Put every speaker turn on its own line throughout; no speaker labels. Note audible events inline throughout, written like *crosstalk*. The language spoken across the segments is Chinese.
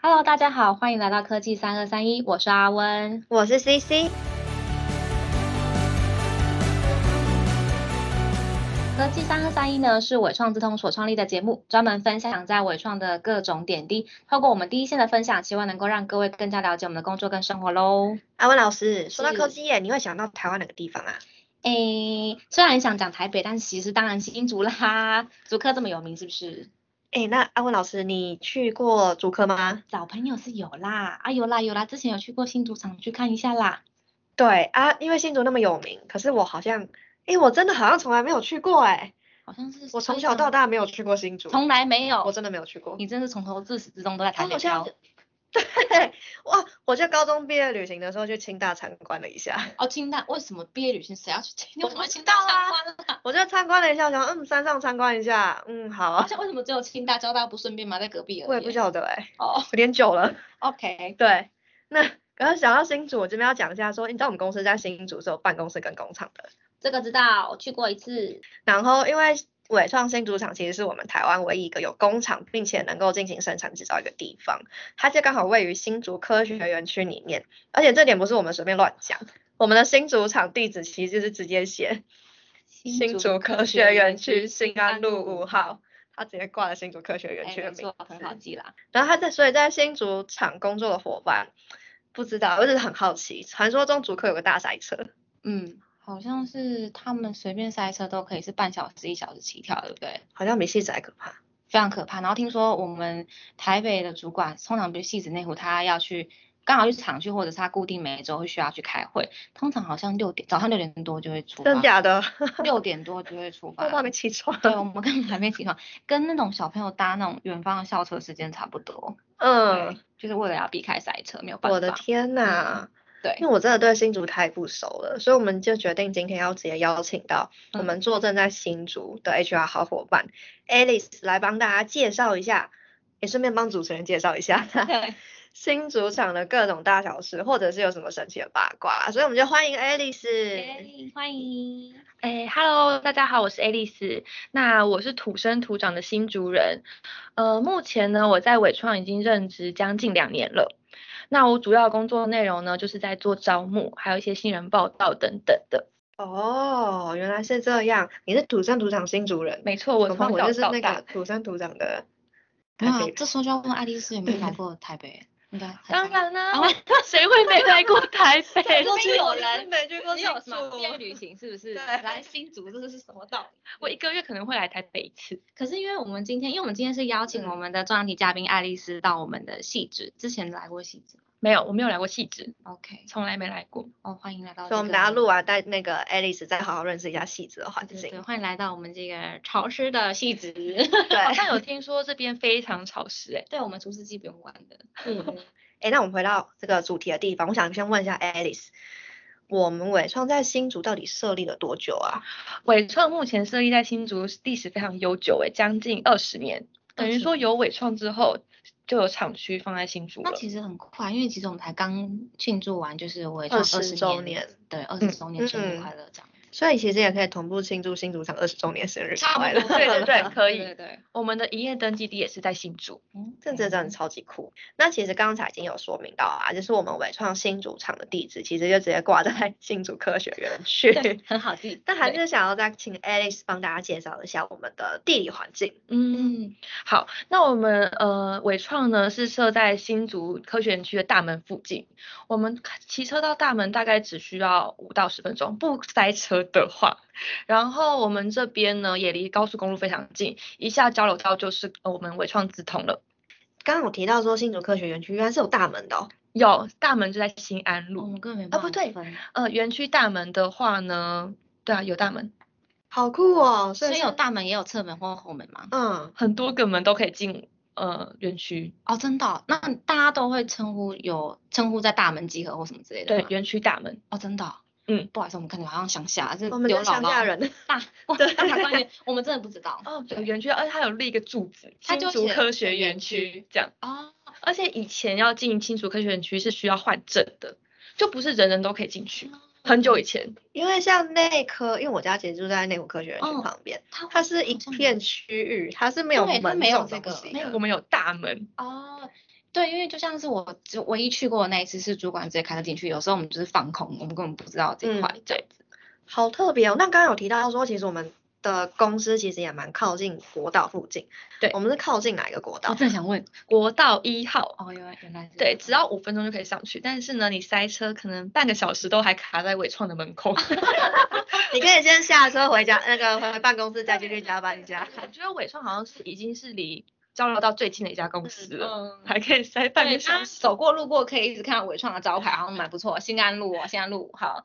Hello，大家好，欢迎来到科技三二三一，我是阿温。
我是 CC，
科技三二三一呢是伟创资通所创立的节目，专门分享在伟创的各种点滴。透过我们第一线的分享，希望能够让各位更加了解我们的工作跟生活喽。
阿文老师，说到
是
科技业，你会想到台湾哪个地方啊？
诶，虽然想讲台北，但其实当然新竹啦，竹科这么有名是不是？
哎，那阿文老师，你去过竹科吗？
找朋友是有啦，啊有啦有啦，之前有去过新竹场去看一下啦。
对啊，因为新竹那么有名，可是我好像，哎，我真的好像从来没有去过哎，
好像是
我从
非
小到
常
大没有去过新竹，
从来没有，
我真的没有去过。哦
你真是从头自始至终都在台
我
北
好像
漂
是， *laughs* 对，哇，我就高中毕业旅行的时候去清大参观了一 *laughs* 下，
哦，清大为什么毕业旅行谁要去清大？
我
为什
不
么
知
清大
道
相
啊
关啊？
我就参观了一下，想嗯山上参观一下，嗯好
*laughs* 好，像为什么只有清大、交大不顺便吗？在隔壁而已。
我也不晓得哎，
哦
有点久了。
，OK，
对，那然后想到新竹，我这边要讲一下说，你知道我们公司在新竹是有办公室跟工厂的，
这个知道，我去过一次。
然后因为伟创新竹厂其实是我们台湾唯一一个有工厂并且能够进行生产制造一个地方，它就刚好位于新竹科学园区里面，而且这点不是我们随便乱讲，我们的新竹厂地址其实就是直接写新竹科学园区新安路五号。它直接挂了新竹科学园
哎，
区的
没
名
错，很好
字，
记啦。
然后他在所以在新竹厂工作的伙伴，不知道，我只是很好奇，传说中竹科有个大塞车，
嗯，好像是他们随便塞车都可以是半小时、一小时起跳，对不对？
好像比戏子还可怕。
非常可怕。然后听说我们台北的主管，通常比如戏子内湖，他要去刚好去厂区，或者是他固定每周会需要去开会，通常好像六点早上六点多就会出
真
发，
假的？
六点多就会出
我
发
都还
哎
了
没。起
*laughs*
床。
对，我们根本还没起床，跟那种小朋友搭那种远方的校车时间差不多。
嗯，，
就是为了要避开塞车，没有办法。
我的天呐，
嗯
对
因为我真的对新竹太不熟了，所以我们就决定今天要直接邀请到我
嗯
们坐镇在新竹的 HR 好伙伴 Alice 来帮大家介绍一下，也顺便帮主持人介绍一下
对，
*laughs* 新竹场的各种大小事，或者是有什么神奇的八卦，所以我们就欢迎 Alice。
欢迎。
哎，Hello，大家好，我是 Alice。那我是土生土长的新竹人，呃，目前呢我在伟创已经任职将近两年了。那我主要工作内容呢，就是在做招募，还有一些新人报道等等的。
哦，原来是这样，你是土生土长新竹人，
没错，我
恐怕
从
我
小
就是
到
那
大嗯
个，土生土长
*laughs*
的台
哇
北，人。
这时候就要问爱丽丝有没有来过台北？应该很
当
少
然啦、
啊
哦
*laughs* 谁会没来过台
*laughs*
北？
都是有人
没去过
你
新
有什么
竹
毕业旅行是不是？
对
来新竹这是什么道理？
我一个月可能会来台北一次。
可是因为我们今天，因为我们今天是邀请
嗯
我们的专题嘉宾爱丽丝到我们的戏子，之前来过戏子吗
没有，我没有来过细致，
，OK，
从来没来过。
哦，欢迎来到这
所
个，
以我们等下录啊完，带那个 Alice 再好好认识一下戏子的环
对对对，
境。
欢迎来到我们这个潮湿的戏
*laughs*
子， *laughs*
对，
好
哎、
像有听说这边非常潮湿、欸，
对我们厨师机不用管的。
*laughs* 那我们回到这个主题的地方，我想先问一下 Alice，我们伟创在新竹到底设立了多久啊？
伟创目前设立在新竹历史非常悠久、诶，将近二十年，等于
20
说有伟创之后就有厂区放在新竹
那
了。
其实很快，因为其实我们才刚庆祝完，就是我也创
20
二十
周
年，
年
对，二十
嗯
周年生日
嗯
快乐这样子。
所以其实也可以同步庆祝新竹厂二十周年生日快乐。 *laughs*
对对对可以
对对对，
我们的营业登记地也是在新竹。
嗯
这真的
嗯
超级酷。那其实刚才已经有说明到啊，就是我们伟创新竹厂的地址，其实就直接挂在新竹科学园
对
区。
很好记，
但还
对
是想要再请 Alice 帮大家介绍一下我们的地理环境。
嗯，
嗯
好，那我们呃伟创呢是设在新竹科学园区的大门附近，我们骑车到大门大概只需要五到十分钟，不塞车的话。然后我们这边呢也离高速公路非常近，一下交流道就是呃我们伟创自通了。
刚刚有提到说新竹科学园区原来是有大门的、哦，
有大门就在新安
我
路，
们根本没
啊
办
不
法
对
分
呃，园区大门的话呢，对啊，有大门，
好酷哦！所
所
以
以
是
有大门也有侧门或后门嘛。
嗯，
很多个门都可以进呃园区，
哦，真的哦、那大家都会称呼有称呼在大门集合或什么之类的
对
吗，，
园区大门。
哦，真的哦、
嗯
不好意思，我们感觉好像乡下，这
我们
刘
是
姥
乡下
姥
人， *laughs*
大哇
对
大法官员，我们真的不知道
哦，对，园区，而且它有立一个柱子，
它
新
就
竹
写
科学
园
园
区
区这样。
哦。
而且以前要进新竹科学园区是需要换证的，就不是人人都可以进去。嗯很久以前，
因为像内科，因为我家其实住在内湖科学园
哦
区旁边，
它
它
会
是一
好像
片区域，它是没有
对它
门
没有
种
这
东
个
西
没有
的
我们有大门，
哦，对，因为就像是我就唯一去过的那一次是主管直接开车进去，有时候我们就是放空，我们根本不知道这一块
嗯
这样子。
好特别哦。那刚刚有提到说，其实我们的公司其实也蛮靠近国道附近。
对
我们是靠近哪一个国
我
道？
正想问，
国道一号。
哦，原来原来是
对，
这
只
样
要五分钟就可以上去，但是呢，你塞车可能半个小时都还卡在伟创的门 *laughs* 口。
你可以先下车回家，那个回办公室再继续加班加。
我觉得伟创好像是已经是离交流道最近的一家公司了，
嗯，
还可以塞半
对，
个
大
小
家
时。
走过路过可以一直看到伟创的招牌，好像蛮不错。新安路哦，新安路好，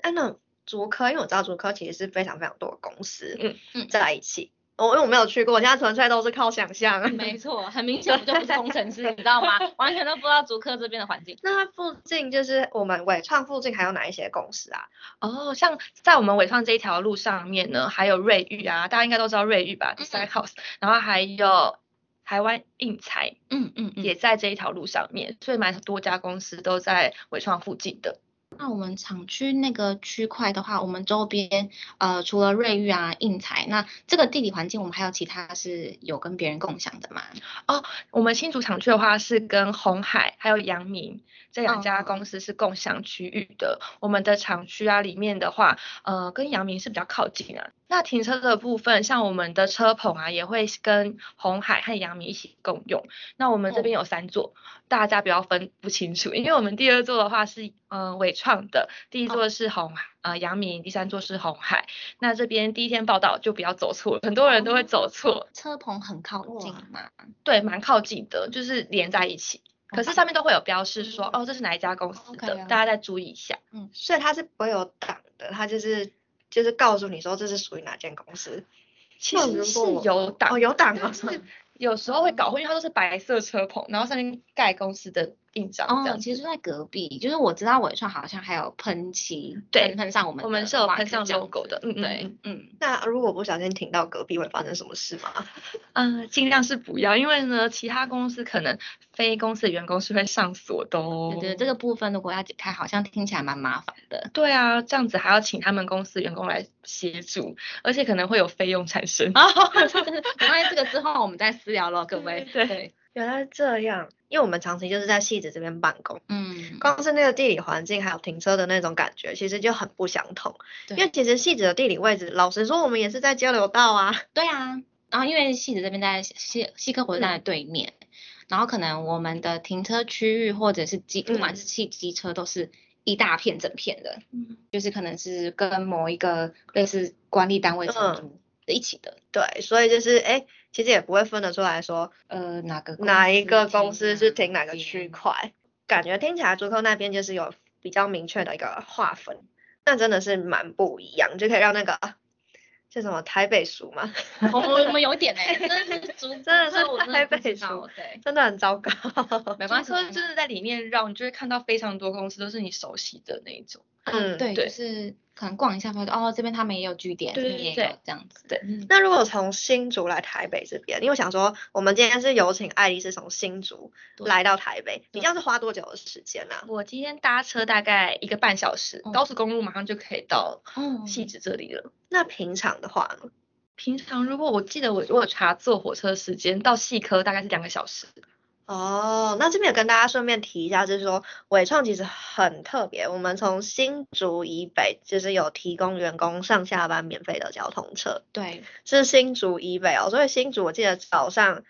哎，那竹科，因为我知道竹科其实是非常非常多的公司
嗯
嗯
在一起。我、因为我没有去过，我现在纯粹都是靠想
*laughs*
象。
没错，很明显我们就不是工程师，你知道吗？完全都不知道竹科这边的环境。
*laughs* 那它附近就是我们伟创附近还有哪一些公司啊？
哦，像在我们伟创这一条路上面呢，还有瑞玉啊，大家应该都知道瑞玉吧
嗯
，Design House，、然后还有台湾印材
嗯嗯嗯
也在这一条路上面，所以蛮多家公司都在伟创附近的。
那我们厂区那个区块的话，我们周边呃除了瑞玉啊、应材，那这个地理环境我们还有其他是有跟别人共享的吗？
我们新竹厂区的话是跟红海还有阳明这两家
嗯
公司是共享区域的。我们的厂区啊里面的话，呃，跟阳明是比较靠近啊。那停车的部分，像我们的车棚啊，也会跟红海和阳明一起共用。那我们这边有三座，大家不要分不清楚，因为我们第二座的话是呃伟创的，第一
哦
座是红海呃阳明，第三座是红海。那这边第一天报道就不要走错了，很多人都会走错，
车棚很靠近
哇
嘛，
对，蛮靠近的，就是连在一起。
哦
可是上面都会有标示说，哦，这是哪一家公司
OK，
的，
了
大家再注意一下。
所以它是不会有档的，它就是就是告诉你说这是属于哪间公司。
其
那
实
如
是
果
有档
哦，有档
但
啊。
是有时
哦
候会搞混，因为它都是白色车棚，然后上面盖公司的印章这
哦，
样子。
其实就在隔壁，就是我知道伟创好像还有喷漆，
对
喷喷上我们
我们
的
是有
mark
喷上
这样
logo 的
子
嗯
对
嗯嗯，
嗯，
那如果不小心停到隔壁，会发生什么事吗？ *laughs*
嗯、尽量是不要，因为呢，其他公司可能非公司的员工是会上锁的哦。
对对，这个部分如果要解开，好像听起来蛮麻烦的。 *laughs*
对啊，这样子还要请他们公司员工来协助，而且可能会有费用产生。
啊，关于这个之后我们再私聊了，各位。
*laughs* 对
对，
原来这样，因为我们长期就是在戏子这边办公，
嗯，
光是那个地理环境还有停车的那种感觉，其实就很不相同。因为
对
其实戏子的地理位置，老实说，我们也是在交流道啊。
对啊，然后因为戏子这边在西西西科火车站
嗯
的对面，然后可能我们的停车区域或者是机，不
嗯嗯
管是汽机车都是一大片整片的，就是可能是跟某一个类似管理单
嗯
位承租的一起的，
对，所以就是哎，其实也不会分得出来说
呃，哪个
哪一个
停
公司是停哪个
边 *laughs*
区块，感觉听起来竹科那边就是有比较明确的一个划分，那真的是蛮不一样，就可以让那个这什么台北熟嘛，
我我我们有一点哎、真的
*laughs*
是竹，真
的是
我真
太
的不
背
知道
熟
对，
*laughs* 真的很糟糕。 *laughs*
没
没
关
关系，
系，
就是在里面绕，你就会看到非常多公司都是你熟悉的那一种。
嗯，
对，
对
就是可能逛一下，发现哦，这边他们也有据点，这
对
边也
对
有这样子，
对
嗯
那如果从新竹来台北这边，因为我想说，我们今天是有请爱丽丝从新竹
对
来到台北，
对
你这样是花多久的时间呢、啊？
我今天搭车大概一个半小时，
嗯
高速公路马上就可以到
嗯
汐止这里了。
那平常的话呢？
平常如果我记得我我有查坐火车时间到细科大概是两个小时，
哦，那这边也跟大家顺便提一下，就是说伟创其实很特别，我们从新竹以北就是有提供员工上下班免费的交通车，
对，
是新竹以北哦，所以新竹我记得早上，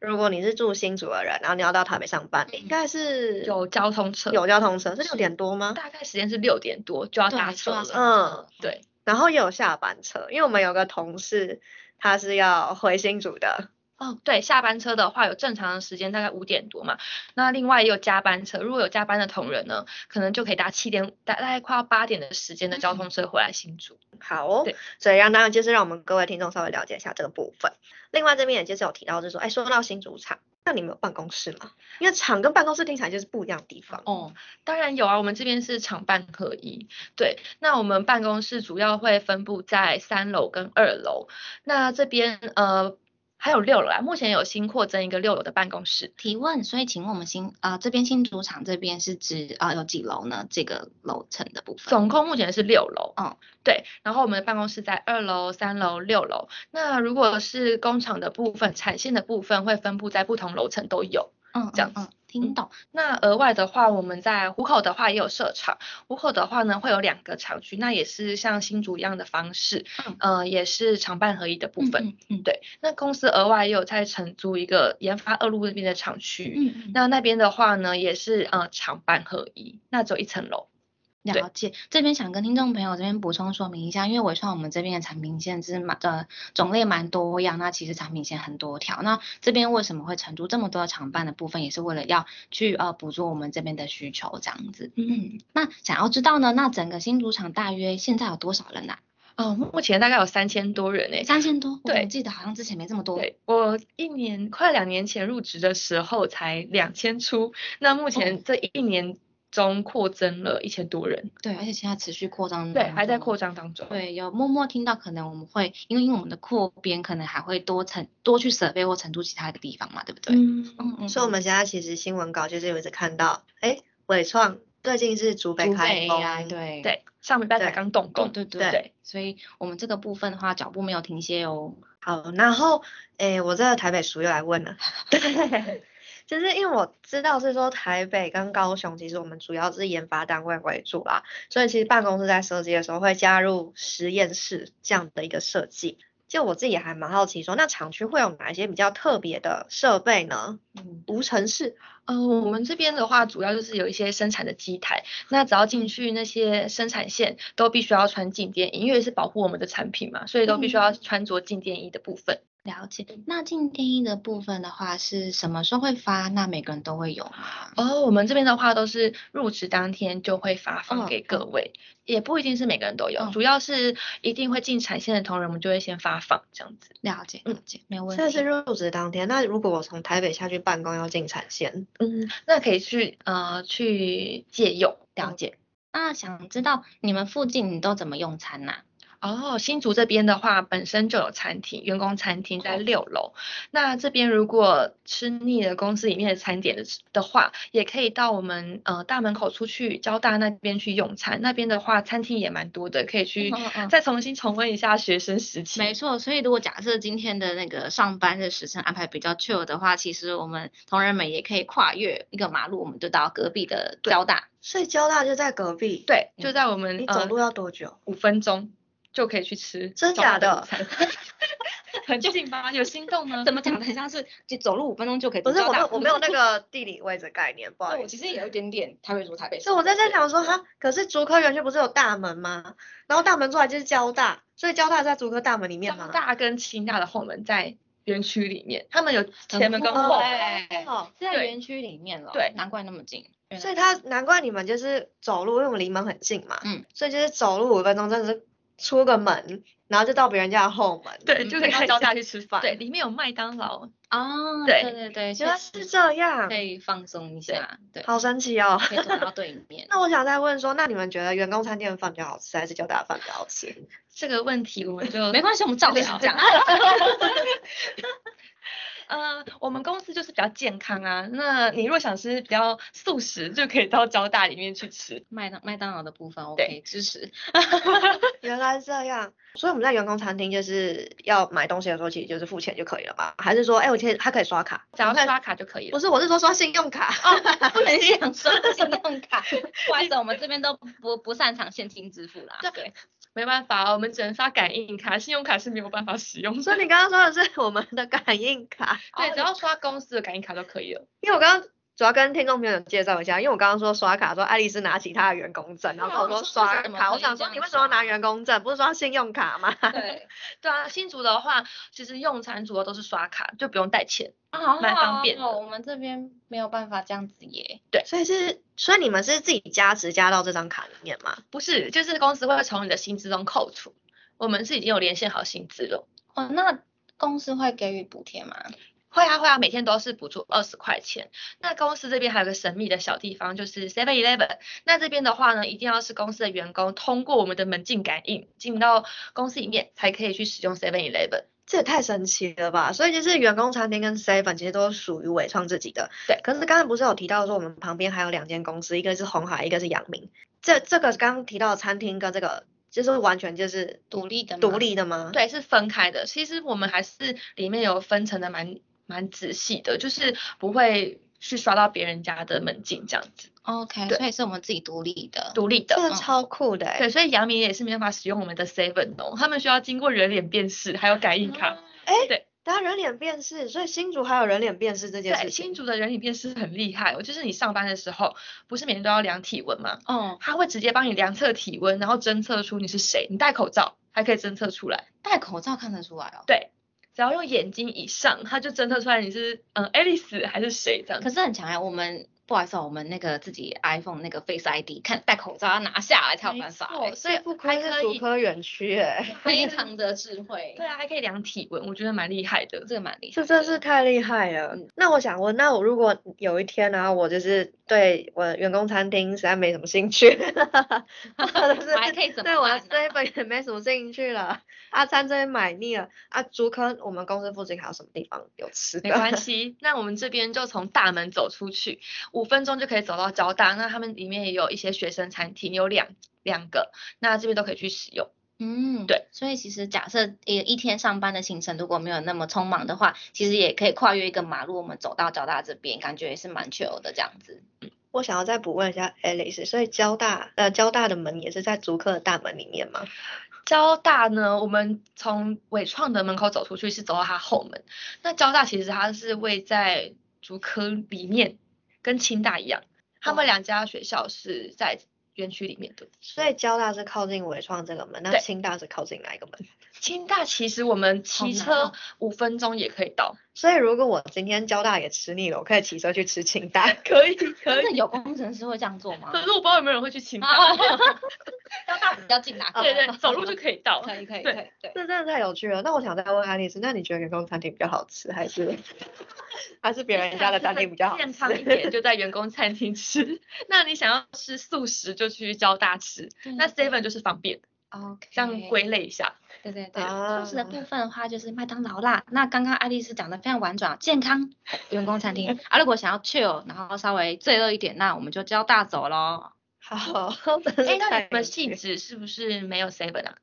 如果你是住新竹的人，然后你要到台北上班，应
嗯
该是
有交通车，
有交通车，是六
是
点多吗？
大概时间是六点多就要
对
搭
就
车
要
了。
上
嗯
车
对，
然后也有下班车，因为我们有个同事他是要回新竹的，
哦，对，下班车的话有正常的时间，大概五点多嘛。那另外也有加班车，如果有加班的同仁呢，可能就可以搭七点，大大概快要八点的时间
嗯
的交通车回来新竹。
好哦
对，
所以让大家就是让我们各位听众稍微了解一下这个部分。另外这边也就是有提到，就是说，哎，说到新竹厂，那你们有办公室吗？因为厂跟办公室听起来就是不一样的地方。
哦，
当然有啊，我们这边是厂办合一。对，那我们办公室主要会分布在三楼跟二楼。那这边呃还有六楼啊，目前有新扩增一个六楼的办公室。
提问，所以请问我们新呃这边新主场这边是指啊、呃、有几楼呢？这个楼层的部分，
总共目前是六楼，
哦，
对，然后我们的办公室在二楼、三楼、六楼。那如果是工厂的部分、产线的部分，会分布在不同楼层都有。
嗯
这样
嗯嗯听懂。
那额外的话，我们在虎口的话也有设厂，虎口的话呢会有两个厂区，那也是像新竹一样的方式，
嗯
呃，也是厂办合一的部分。
嗯嗯，
对，那公司额外也有在承租一个研发二路那边的厂区，
嗯嗯，
那那边的话呢也是呃厂办合一，那只有一层楼。对
了解，这边想跟听众朋友这边补充说明一下，因为伟创我们这边的产品线是蛮呃种类蛮多样，那其实产品线很多条。那这边为什么会承租这么多的厂办的部分，也是为了要去呃补足我们这边的需求这样子。嗯，那想要知道呢，那整个新竹厂大约现在有多少人呐、啊
哦，目前大概有三千多人诶、
三千多，我
对
怎么记得好像之前没这么多。
对我一年快两年前入职的时候才两千出，那目
哦
前这一年中扩增了一千多人，
对而且现在持续扩张，
对，还在扩。张当中。
对，有默默听到，可能我们会因为因为我们的扩编，可能还会多承多去 survey 或承租其他的地方嘛，对不对？
嗯，
嗯嗯
所以我们现在其实新闻稿就是有一直看到，哎，伟创最近是竹北
嗯除
开
非
工，
AI，对哦
对，上礼拜才
对
刚动工。
对对
对
对，所以我们这个部分的话，脚步没有停歇哦。
好，然后诶，我这个台北熟又来问了， *laughs* 对，就是因为我知道是说台北跟高雄，其实我们主要是研发单位为主啦，所以其实办公室在设计的时候会加入实验室这样的一个设计。就我自己也还蛮好奇说，那厂区会有哪一些比较特别的设备呢？
嗯，
无尘室，
呃，我们这边的话，主要就是有一些生产的机台，那只要进去那些生产线，都必须要穿静电衣，因为是保护我们的产品嘛，所以都必须要
嗯
穿着静电衣的部分。
了解。
嗯
那进电一的部分的话，是什么时候会发？那每个人都会有吗？
哦，我们这边的话都是入职当天就会发
嗯
放给各位，也不一定是每个人都有，
嗯
主要是一定会进产线的同仁，我们就会先发放这样子。
了解，
嗯
了解，没有问
这
题
是。入职当天。那如果我从台北下去办公要进产线，
嗯，那可以去呃去借用
了
了解。
解。那想知道你们附近你都怎么用餐呐、
哦，新竹这边的话，本身就有餐厅，员工餐厅
哦
在六楼。那这边如果吃腻了公司里面的餐点的的话，也可以到我们呃大门口出去交大那边去用餐。那边的话，餐厅也蛮多的，可以去
嗯嗯
再重新重温一下学生时期。
没错，所以如果假设今天的那个上班的时辰安排比较 chill 的话，其实我们同仁们也可以跨越一个马路，我们就到隔壁的
对
交大。
所以交大就在隔壁。，
对，
嗯
就在我们呃
你走路要多久？
五分钟就可以去吃
真
中午
假的
午餐， *laughs* 很近吧？有心动吗？
怎么讲的？很像是就走路五分钟就可以
不
到
是
交
我没
大。
有我没有那个地理位置概念，不好
对，
意
我
思。
其实也有一点点台北说台北市。
所以我在这想说哈，可是竹科园区不是有大门吗？然后大门出来就是交大，所以交大在竹科大门里面
交
吗？
大跟清大的后门在园区里面，他们有
很
前门
酷
跟
欸
后门。
哎
哦，
是在
对
园区里面了，
对
难怪那么近。原
所
来
以他难怪你们就是走路，因为我们离门很近嘛，
嗯，
所以就是走路五分钟，真的是出个门，然后就到别人家的后门。嗯
对，嗯就可以到交大去吃
饭
饭。对，里面有麦当劳。
哦，
对
对对对，
原
确
来
实
是这样
可，以放松一下，对，
好神奇哦。 *laughs*
可以走到对 *laughs* 面。
那我想再问说，那你们觉得员工餐店的饭比较好吃，还是交大的饭比较好吃？
这个问题我们就
没关系，我们照聊。讲 *laughs*
呃，我们公司就是比较健康啊。那你若想吃比较素食，就可以到交大里面去吃。
麦当麦当劳的部分，我可
对
以支持。
原来是这样，所以我们在员工餐厅就是要买东西的时候，其实就是付钱就可以了嘛？还是说，哎、我其实他可以刷卡？哦
只要
我看
刷卡就可以
不
了。
是，我是说刷信用卡。
不能想刷信用卡， *laughs* 不好意思，我们这边都不不擅长现金支付啦。对，
啊没办法，我们只能刷感应卡，信用卡是没有办法使用
所
的。
以你刚刚说的是我们的感应卡，
对，只要刷公司的感应卡就可以了。
因为我刚刚主要跟听众朋友介绍一下，因为我刚刚说刷卡，说爱丽丝拿起她的员工证，然后跟我
对啊
说
我说
刷
为什么
卡，
可
我
以
想
这
说
样
你为什么要拿
刷
员工证，不是刷信用卡吗？
对，
对啊，新竹的话，其实用餐主要都是刷卡，就不用带钱。
啊，好
蛮方便
好哦
的
我们这边没有办法这样子耶。
*laughs* 所以是，所以你们是自己加值加到这张卡里面吗？
不是，就是公司会从你的薪资中扣除。我们是已经有连线好薪资了。
哦，那公司会给予补贴吗？
会啊会啊，每天都是补助二十块钱。那公司这边还有个神秘的小地方，就是 Seven Eleven。那这边的话呢，一定要是公司的员工通过我们的门禁感应，进到公司里面才可以去使用 Seven Eleven。
这也太神奇了吧！所以就是员工餐厅跟 Seven 其实都属于伟创自己的。
对
可是刚才不是有提到说我们旁边还有两间公司，一个是红海，一个是阳明。这这个刚刚提到的餐厅跟这个就是完全就是
独立的吗
独立的吗？。
对，是分开的。其实我们还是里面有分层的蛮蛮仔细的，就是不会去刷到别人家的门禁这样子，
OK，
对
所以是我们自己独立的。
独立的。
这
嗯
超酷的、欸。
对，所以阳明也是没办法使用我们的 Seven 哦，他们需要经过人脸辨识，还有感应卡。
大家人脸辨识，所以新竹还有人脸辨识这件
对，
事
新
情。
竹的人脸辨识很厉害哦，就是你上班的时候，不是每天都要量体温吗？
哦，
他会直接帮你量测体温，然后侦测出你是谁。你戴口罩还可以侦测出来，
戴口罩看得出来哦。
对，只要用眼睛以上，他就侦测出来你是嗯爱丽丝还是谁这样
可
子。
是很强哎，我们不好意思、哦，我们那个自己 iPhone 那个 Face ID 看戴口罩要拿下来才有
没
办法
错
欸，
所以
不
还
愧是
可
竹
以，
科园区哎，
非常的智慧。
对啊，还可以量体温，我觉得蛮厉害的。
这个蛮厉害。
这
*laughs*
真是。太厉害了。
嗯
那我想问，那我如果有一天呢、我就是对我的员工餐厅实在没什么兴趣，或者
*laughs*
是
我还可以怎么
对我的
办呢啊
seven 也没什么兴趣了，阿餐这边买腻了，啊，竹科我们公司附近还有什么地方有吃
没
的？
关系，那我们这边就从大门走出去，五分钟就可以走到交大。那他们里面也有一些学生餐厅，有两两个，那这边都可以去使用。
嗯，
对。
所以其实假设一一天上班的行程如果没有那么匆忙的话，其实也可以跨越一个马路，我们走到交大这边，感觉也是蛮 chill 的这样子。
*laughs* 我想要再补问一下 Alice，所以交大呃交大的门也是在竹科的大门里面吗？
交大呢，我们从伟创的门口走出去是走到它后门。那交大其实它是位在竹科里面，跟清大一样，他们
哦
两家学校是在园区里面的。
所以交大是靠近伟创这个门，那
对
清大是靠近哪一个门？
清大其实我们骑
难
车
哦
五分钟也可以到，
所以如果我今天交大也吃腻了，我可以骑车去吃清大。
可以可
真的
以。
有工程师会这样做吗？
可是我不知道有没有人会去清大
啊，， *laughs* 交大比较近啦。
对对，走路就可以 *laughs* 到。
可以可以可
对
以对。
这真的太有趣了。那我想再问爱丽丝，那你觉得员工餐厅比较好吃，还是还是别人家的餐厅比较好吃？
健康一点，就在员工餐厅 *laughs* 吃。那你想要吃素食，就去交大吃。那 Seven 就是方便，
OK，
这样归类一下。
对对对，
啊
素食的部分的话就是麦当劳啦。那刚刚爱丽丝讲的非常婉转，健康员工餐
*laughs*
厅啊，如果想要 chill，然后稍微罪恶一点，那我们就交大走喽。
好，真
哎，
是
那
太
你们
有
系
趣
址是不是没有 Seven 啊？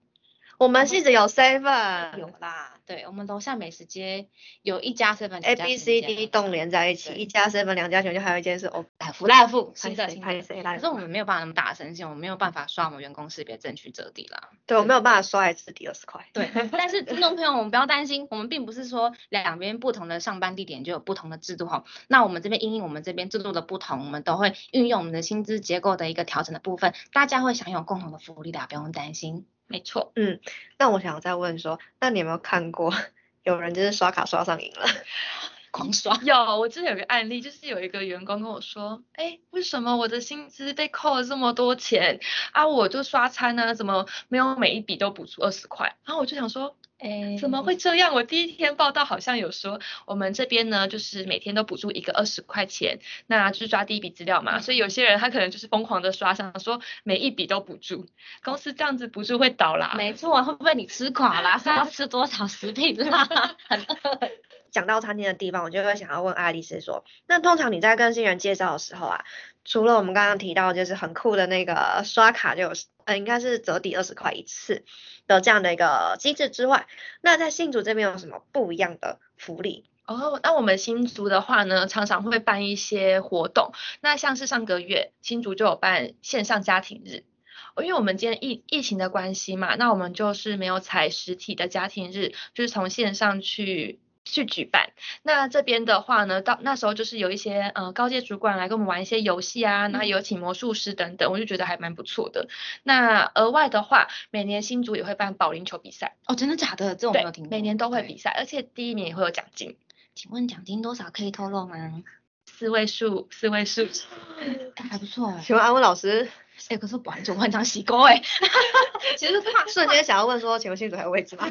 我们系只有 seven，
有啦，对我们楼下美食街有一家 seven
A B C D 栋连在一起，
对
一家 seven 两家全就还有一间是 O。
来福来福，
拍
新的
谁
新
拍
的。
谁
可
来
是？我们没有办法那么大声线，我们没有办法刷我们员工识别证去折抵啦。
对我没有办法刷一次抵二十块。
对，但是听众朋友，我们不要担心，我们并不是说两边不同的上班地点就有不同的制度哈。那我们这边因应我们这边制度的不同，我们都会运用我们的薪资结构的一个调整的部分，大家会享有共同的福利的，不用担心。
没
*laughs*
错，
那我想再问说，那你有没有看过 *laughs* 有人就是刷卡刷上瘾了？
狂刷，
有我之前有个案例，就是有一个员工跟我说，哎，为什么我的薪资被扣了这么多钱啊？我就刷餐呢、怎么没有每一笔都补助二十块？然后我就想说，
哎
怎
*laughs*
么会？这样？我第一天报道好像有说，我们这边呢，就是每天都补助一个二十块钱，那就是抓第一笔资料嘛。所以有些人他可能就是疯狂的刷，想说每一笔都补助，公司这样子补助会倒啦。
没错，会不会你吃垮啦？是要吃多少食品啦？ *laughs* 很饿。
讲到餐厅的地方，我就会想要问爱丽丝说，那通常你在跟新人介绍的时候啊，除了我们刚刚提到就是很酷的那个刷卡就有，呃，应该是折抵二十块一次的这样的一个机制之外，那在信主这边有什么不一样的福利？
哦，那我们新竹的话呢，常常会办一些活动。那像是上个月新竹就有办线上家庭日，哦因为我们今天疫疫情的关系嘛，那我们就是没有采实体的家庭日，就是从线上去去举办。那这边的话呢，到那时候就是有一些呃高阶主管来跟我们玩一些游戏啊，然后
嗯
有请魔术师等等，我就觉得还蛮不错的。那额外的话，每年新竹也会办保龄球比赛，
哦，真的假的？这我没
对
有听，过。
每年都会
对
比。赛，而且第一年也会有奖金。
请问奖金多少可以透露 *laughs* 吗？
四位数，四位数，
哎还不错哎。
请问安文老 *laughs* 师，
哎，可是完全换张洗锅 *laughs* 哎。其实跨
瞬间想要问说，请问信主还有位置 *laughs* 吗？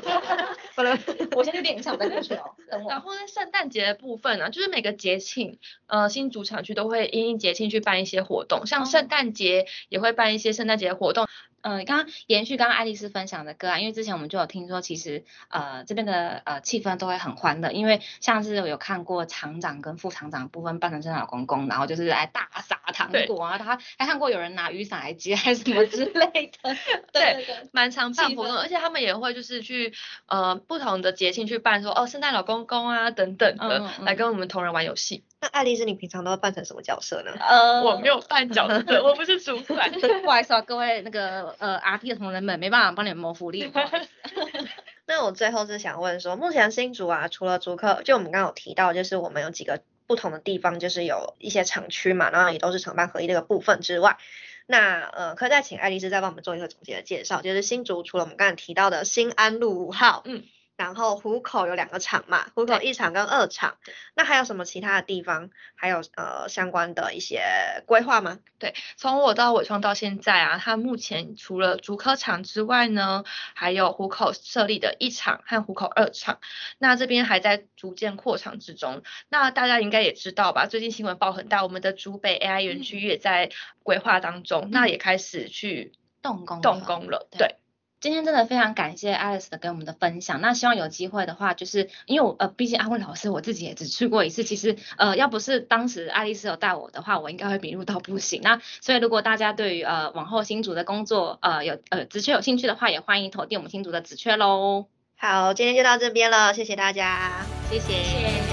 不能，
我现在有点像在过去哦，等
然
我。
后在圣诞节的部分呢、就是每个节庆，呃，新主产区都会因应节庆去办一些活动，像
哦
圣诞节也会办一些圣诞节活动，
呃，刚刚延续刚刚爱丽丝分享的歌啊，因为之前我们就有听说，其实呃这边的呃气氛都会很欢乐，因为像是有看过厂长跟副厂长部分扮成圣诞老公公，然后就是来大撒糖糖
对
果啊，他还看过有人拿雨伞来接还是什么之类的。 *laughs* 对对
蛮常办
气
活动，
氛
而且他们也会就是去呃不同的节庆去办说哦圣诞老公公啊等等的，
嗯嗯
来
嗯
跟我们同仁玩游戏。
那爱丽丝，你平常都扮成什么角色呢？
呃
我没有扮角色，我不是主
*laughs*
管。
不好意思啊，各位那个呃 RP 的同仁们，没办法帮你们谋福 *laughs* 利。不好意思
那我最后是想问说，目前新竹啊，除了竹科，就我们刚刚有提到，就是我们有几个不同的地方，就是有一些厂区嘛，然后也都是承办合一的一个部分之外，那呃，可以再请爱丽丝再帮我们做一个总结的介绍，就是新竹除了我们刚才提到的新安路五号，
嗯，
然后虎口有两个厂嘛，虎口一厂跟二厂，那还有什么其他的地方，还有呃相关的一些规划吗？
从我到伟创到现在啊，它目前除了竹科厂之外呢，还有虎口设立的一厂和虎口二厂，那这边还在逐渐扩厂之中。那大家应该也知道吧，最近新闻报很大，我们的竹北 AI 园
嗯
区也在规划当中，那也开始去
动工了
动工了。
对
对，
今天真的非常感谢 Alice 的给我们的分享。那希望有机会的话，就是因为我呃，毕竟阿慧老师我自己也只去过一次。其实呃，要不是当时爱丽丝有带我的话，我应该会迷路到不行。那所以如果大家对于呃往后新竹的工作呃有呃职缺有兴趣的话，也欢迎投递我们新竹的职缺喽。
好，今天就到这边了，谢谢大家。
谢谢